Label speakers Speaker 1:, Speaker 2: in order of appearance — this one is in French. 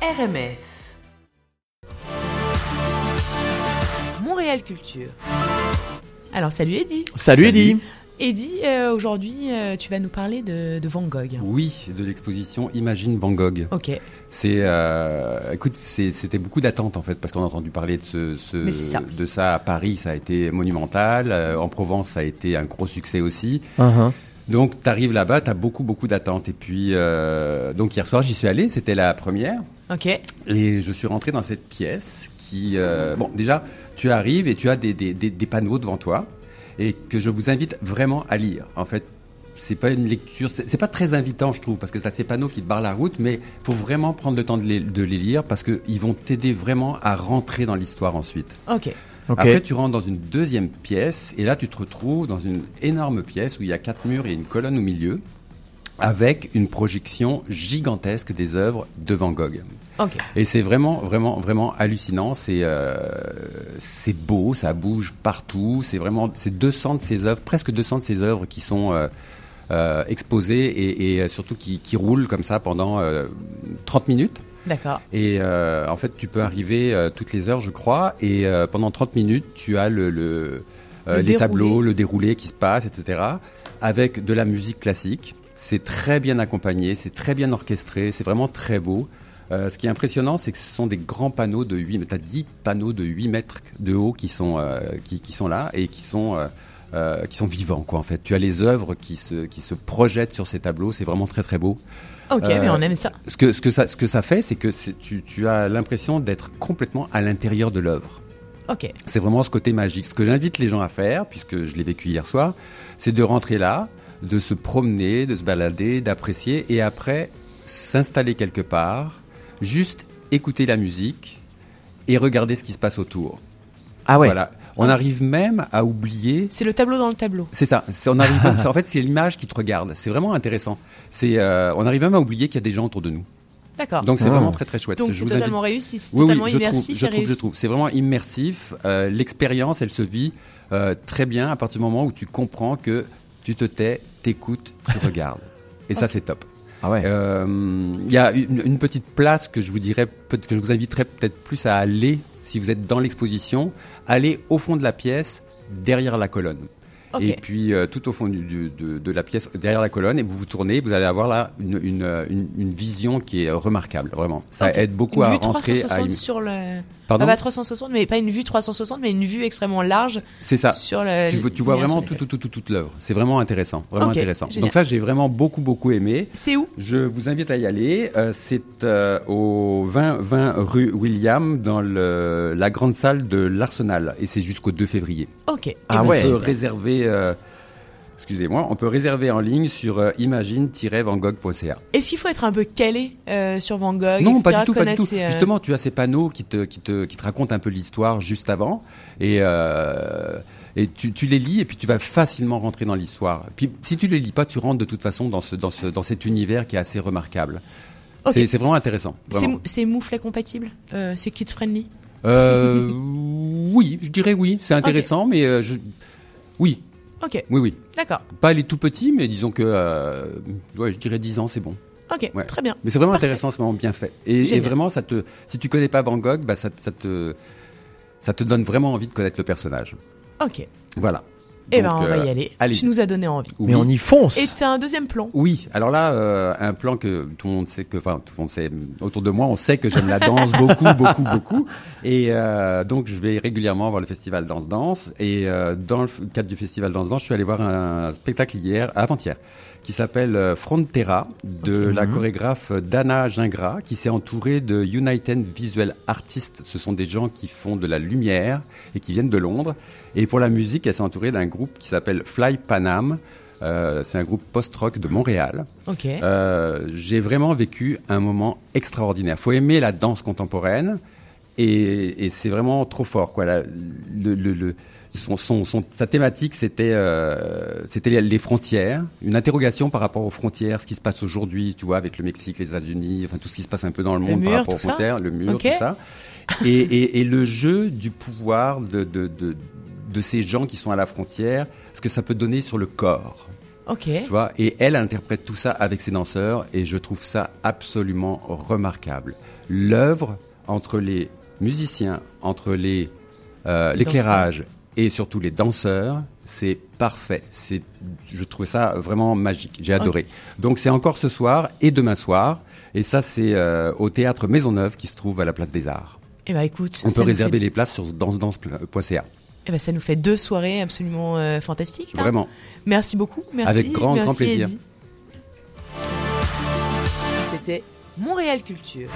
Speaker 1: RMF. Montréal Culture. Alors, salut Eddy.
Speaker 2: Salut, Eddy
Speaker 1: Eddy, euh, aujourd'hui, euh, tu vas nous parler de, de Van Gogh.
Speaker 2: Oui, de l'exposition Imagine Van Gogh.
Speaker 1: Ok,
Speaker 2: C'est, euh, écoute, c'est- c'était beaucoup d'attentes en fait, parce qu'on a entendu parler de ce, ce-
Speaker 1: Mais c'est ça.
Speaker 2: de ça à Paris, ça a été monumental. euh, en Provence, ça a été un gros succès aussi.
Speaker 3: Uh-huh.
Speaker 2: Donc, t'arrives là-bas, t'as beaucoup, beaucoup d'attentes. Et puis, euh, donc hier soir, j'y suis allé. C'était la première.
Speaker 1: ok.
Speaker 2: Et je suis rentré dans cette pièce qui... euh, bon, déjà, tu arrives et tu as des, des- des- des panneaux devant toi et que je vous invite vraiment à lire. En fait, c'est pas une lecture... C'est c'est pas très invitant, je trouve, parce que t'as ces panneaux qui te barrent la route, mais faut vraiment prendre le temps de les, de les lire parce qu'ils vont t'aider vraiment à rentrer dans l'histoire ensuite.
Speaker 1: Ok.
Speaker 3: Ok.
Speaker 2: Après, tu rentres dans une deuxième pièce, et là, tu te retrouves dans une énorme pièce où il y a quatre murs et une colonne au milieu, avec une projection gigantesque des œuvres de Van Gogh.
Speaker 1: Ok.
Speaker 2: Et c'est vraiment, vraiment, vraiment hallucinant. C'est, euh, c'est beau, ça bouge partout. C'est vraiment, c'est 200 de ses œuvres, presque 200 de ses œuvres qui sont euh, euh, exposées et, et, euh, surtout qui, qui roulent comme ça pendant euh, 30 minutes.
Speaker 1: D'accord.
Speaker 2: Et euh, en fait, tu peux arriver euh, toutes les heures, je crois, et euh, pendant 30 minutes, tu as le, le, euh,
Speaker 1: Le
Speaker 2: les
Speaker 1: déroulé.
Speaker 2: tableaux, le déroulé qui se passe, etc., avec de la musique classique. C'est très bien accompagné, c'est très bien orchestré, c'est vraiment très beau. Euh, ce qui est impressionnant, c'est que ce sont des grands panneaux de 8 mètres, t'as 10 panneaux de 8 mètres de haut qui sont, euh, qui, qui sont là et qui sont, euh, euh, qui sont vivants, quoi, en fait. Tu as les œuvres qui se, qui se projettent sur ces tableaux, c'est vraiment très, très beau
Speaker 1: Ok,
Speaker 2: Euh,
Speaker 1: mais on aime ça.
Speaker 2: ce que, ce que, ça, ce que ça fait, c'est que c'est- tu, tu as l'impression d'être complètement à l'intérieur de l'œuvre.
Speaker 1: Ok.
Speaker 2: C'est vraiment ce côté magique. Ce que j'invite les gens à faire, puisque je l'ai vécu hier soir, c'est de rentrer là, de se promener, de se balader, d'apprécier, et après s'installer quelque part, juste écouter la musique et regarder ce qui se passe autour.
Speaker 3: Ah ouais.
Speaker 2: Voilà. On arrive même à oublier
Speaker 1: C'est le tableau dans le tableau.
Speaker 2: c'est ça. C'est- On arrive même- en fait, c'est l'image qui te regarde. C'est vraiment intéressant. C'est, euh, on arrive même à oublier qu'il y a des gens autour de nous.
Speaker 1: D'accord.
Speaker 2: Donc c'est
Speaker 3: Ah.
Speaker 2: vraiment très très chouette.
Speaker 1: Donc
Speaker 2: je
Speaker 1: c'est
Speaker 2: vous invite-
Speaker 1: totalement réussi, c'est
Speaker 2: Oui, oui,
Speaker 1: totalement
Speaker 2: je trouve,
Speaker 1: immersif
Speaker 2: je
Speaker 1: et
Speaker 2: trouve, je
Speaker 1: réussi.
Speaker 2: trouve. C'est vraiment immersif. Euh, L'expérience, elle se vit euh, très bien à partir du moment où tu comprends que tu te tais, t'écoutes, tu regardes. Et ça, c'est top.
Speaker 3: Ah ouais.
Speaker 2: Euh, Il y a une, une petite place que je vous dirais, peut- que je vous inviterais peut-être plus à aller si vous êtes dans l'exposition. Allez au fond de la pièce, derrière la colonne.
Speaker 1: Ok.
Speaker 2: Et puis euh, tout au fond du- du- de, de la pièce, derrière la colonne, et vous vous tournez, vous allez avoir là une, une, euh, une- une vision qui est remarquable, vraiment. Ça
Speaker 1: Ok.
Speaker 2: aide beaucoup
Speaker 1: une
Speaker 2: à
Speaker 1: vue
Speaker 2: rentrer. À...
Speaker 1: 360 sur le.
Speaker 2: Pardon
Speaker 1: Ah bah, 360, mais pas une vue 360, mais une vue extrêmement large
Speaker 2: C'est ça.
Speaker 1: sur le.
Speaker 2: Ah. Tu, vois- tu vois vraiment
Speaker 1: l'immersion.
Speaker 2: tout, tout, tout, tout- toute l'œuvre. C'est vraiment intéressant. Vraiment
Speaker 1: Ok,
Speaker 2: intéressant.
Speaker 1: génial.
Speaker 2: Donc ça, j'ai vraiment beaucoup, beaucoup aimé.
Speaker 1: C'est où
Speaker 2: Je vous invite à y aller. Euh, c'est euh, au 20, 20 rue William, dans le- la grande salle de l'Arsenal. Et c'est jusqu'au 2 février.
Speaker 1: Ok. Eh ben,
Speaker 3: Ah
Speaker 2: on
Speaker 3: ouais.
Speaker 2: peut réserver, euh, excusez-moi, on peut réserver en ligne sur euh, imagine-vangog.ca.
Speaker 1: Est-ce qu'il faut être un peu calé euh, sur Van Gogh
Speaker 2: Non,
Speaker 1: etc.,
Speaker 2: pas du tout, pas du
Speaker 1: connaître
Speaker 2: tout.
Speaker 1: ses, euh,
Speaker 2: Justement, tu as ces panneaux qui te, qui te, qui te racontent un peu l'histoire juste avant, et, euh, et tu, tu les lis, et puis tu vas facilement rentrer dans l'histoire. Puis si tu les lis pas, tu rentres de toute façon dans, ce, dans, ce, dans cet univers qui est assez remarquable.
Speaker 1: Ok.
Speaker 2: C'est- C'est vraiment intéressant.
Speaker 1: C'est
Speaker 2: vraiment.
Speaker 1: mou- C'est mouflet compatible euh, C'est kid friendly
Speaker 2: Euh, oui, je dirais oui, c'est intéressant, mais euh, je... oui,
Speaker 1: Ok,
Speaker 2: oui, oui.
Speaker 1: d'accord.
Speaker 2: Pas les tout petits, mais disons que euh, ouais, je dirais 10 ans, c'est bon.
Speaker 1: Ok,
Speaker 2: Ouais.
Speaker 1: très bien.
Speaker 2: Mais c'est vraiment
Speaker 1: Parfait.
Speaker 2: intéressant, c'est vraiment bien fait. Et, et
Speaker 1: Génial.
Speaker 2: vraiment, ça te, si tu connais pas Van Gogh, bah, ça, te- ça te, ça te donne vraiment envie de connaître le personnage.
Speaker 1: Ok.
Speaker 2: Voilà.
Speaker 1: Eh ben,
Speaker 2: Donc,
Speaker 1: on va
Speaker 2: euh,
Speaker 1: y aller.
Speaker 2: allez-y.
Speaker 1: Tu nous as donné envie.
Speaker 2: Oui.
Speaker 3: Mais on y fonce.
Speaker 1: Et t'as un deuxième plan.
Speaker 2: Hein Oui, alors là, euh, un plan que tout le monde sait que, enfin, tout le monde sait, autour de moi, on sait que j'aime la danse beaucoup, beaucoup, beaucoup. Et euh, donc, je vais régulièrement voir le festival Danse Danse. Et euh, dans le f- cadre du festival Danse Danse, je suis allé voir un spectacle hier, avant-hier, qui s'appelle euh, Frontera, de la chorégraphe Dana Gingras, qui s'est entourée de United Visual Artists. Ce sont des gens qui font de la lumière et qui viennent de Londres. Et pour la musique, elle s'est entourée d'un groupe qui s'appelle Fly Panam. Euh, c'est un groupe post-rock de Montréal.
Speaker 1: Ok.
Speaker 2: Euh, j'ai vraiment vécu un moment extraordinaire. Faut aimer la danse contemporaine et, et c'est vraiment trop fort. Quoi. La- le- le- le- son, son- son- sa thématique, c'était euh, c'était les, les frontières, une interrogation par rapport aux frontières, ce qui se passe aujourd'hui, tu vois, avec le Mexique, les États-Unis, enfin tout ce qui se passe un peu dans le monde
Speaker 1: mur,
Speaker 2: par rapport aux
Speaker 1: tout ça
Speaker 2: frontières, le mur,
Speaker 1: Ok.
Speaker 2: tout ça. Et, et- et le jeu du pouvoir de, de, de, de ces gens qui sont à la frontière, ce que ça peut donner sur le corps.
Speaker 1: Ok.
Speaker 2: Tu vois, et elle interprète tout ça avec ses danseurs, et je trouve ça absolument remarquable. L'œuvre entre les musiciens, entre les euh,
Speaker 1: Les
Speaker 2: l'éclairage et surtout les danseurs, c'est parfait. C'est, je trouve ça vraiment magique. J'ai adoré. Donc c'est encore ce soir et demain soir, et ça c'est euh, au théâtre Maisonneuve qui se trouve à la Place des Arts.
Speaker 1: Et bah écoute,
Speaker 2: On
Speaker 1: ça
Speaker 2: peut
Speaker 1: nous
Speaker 2: réserver
Speaker 1: fait-
Speaker 2: les places sur dansedance.ca.
Speaker 1: eh ben, ça nous fait deux soirées absolument euh, fantastiques. là.
Speaker 2: Vraiment.
Speaker 1: Merci beaucoup. Merci.
Speaker 2: Avec grand, grand
Speaker 1: merci,
Speaker 2: plaisir.
Speaker 1: Eddie.
Speaker 3: C'était Montréal Culture.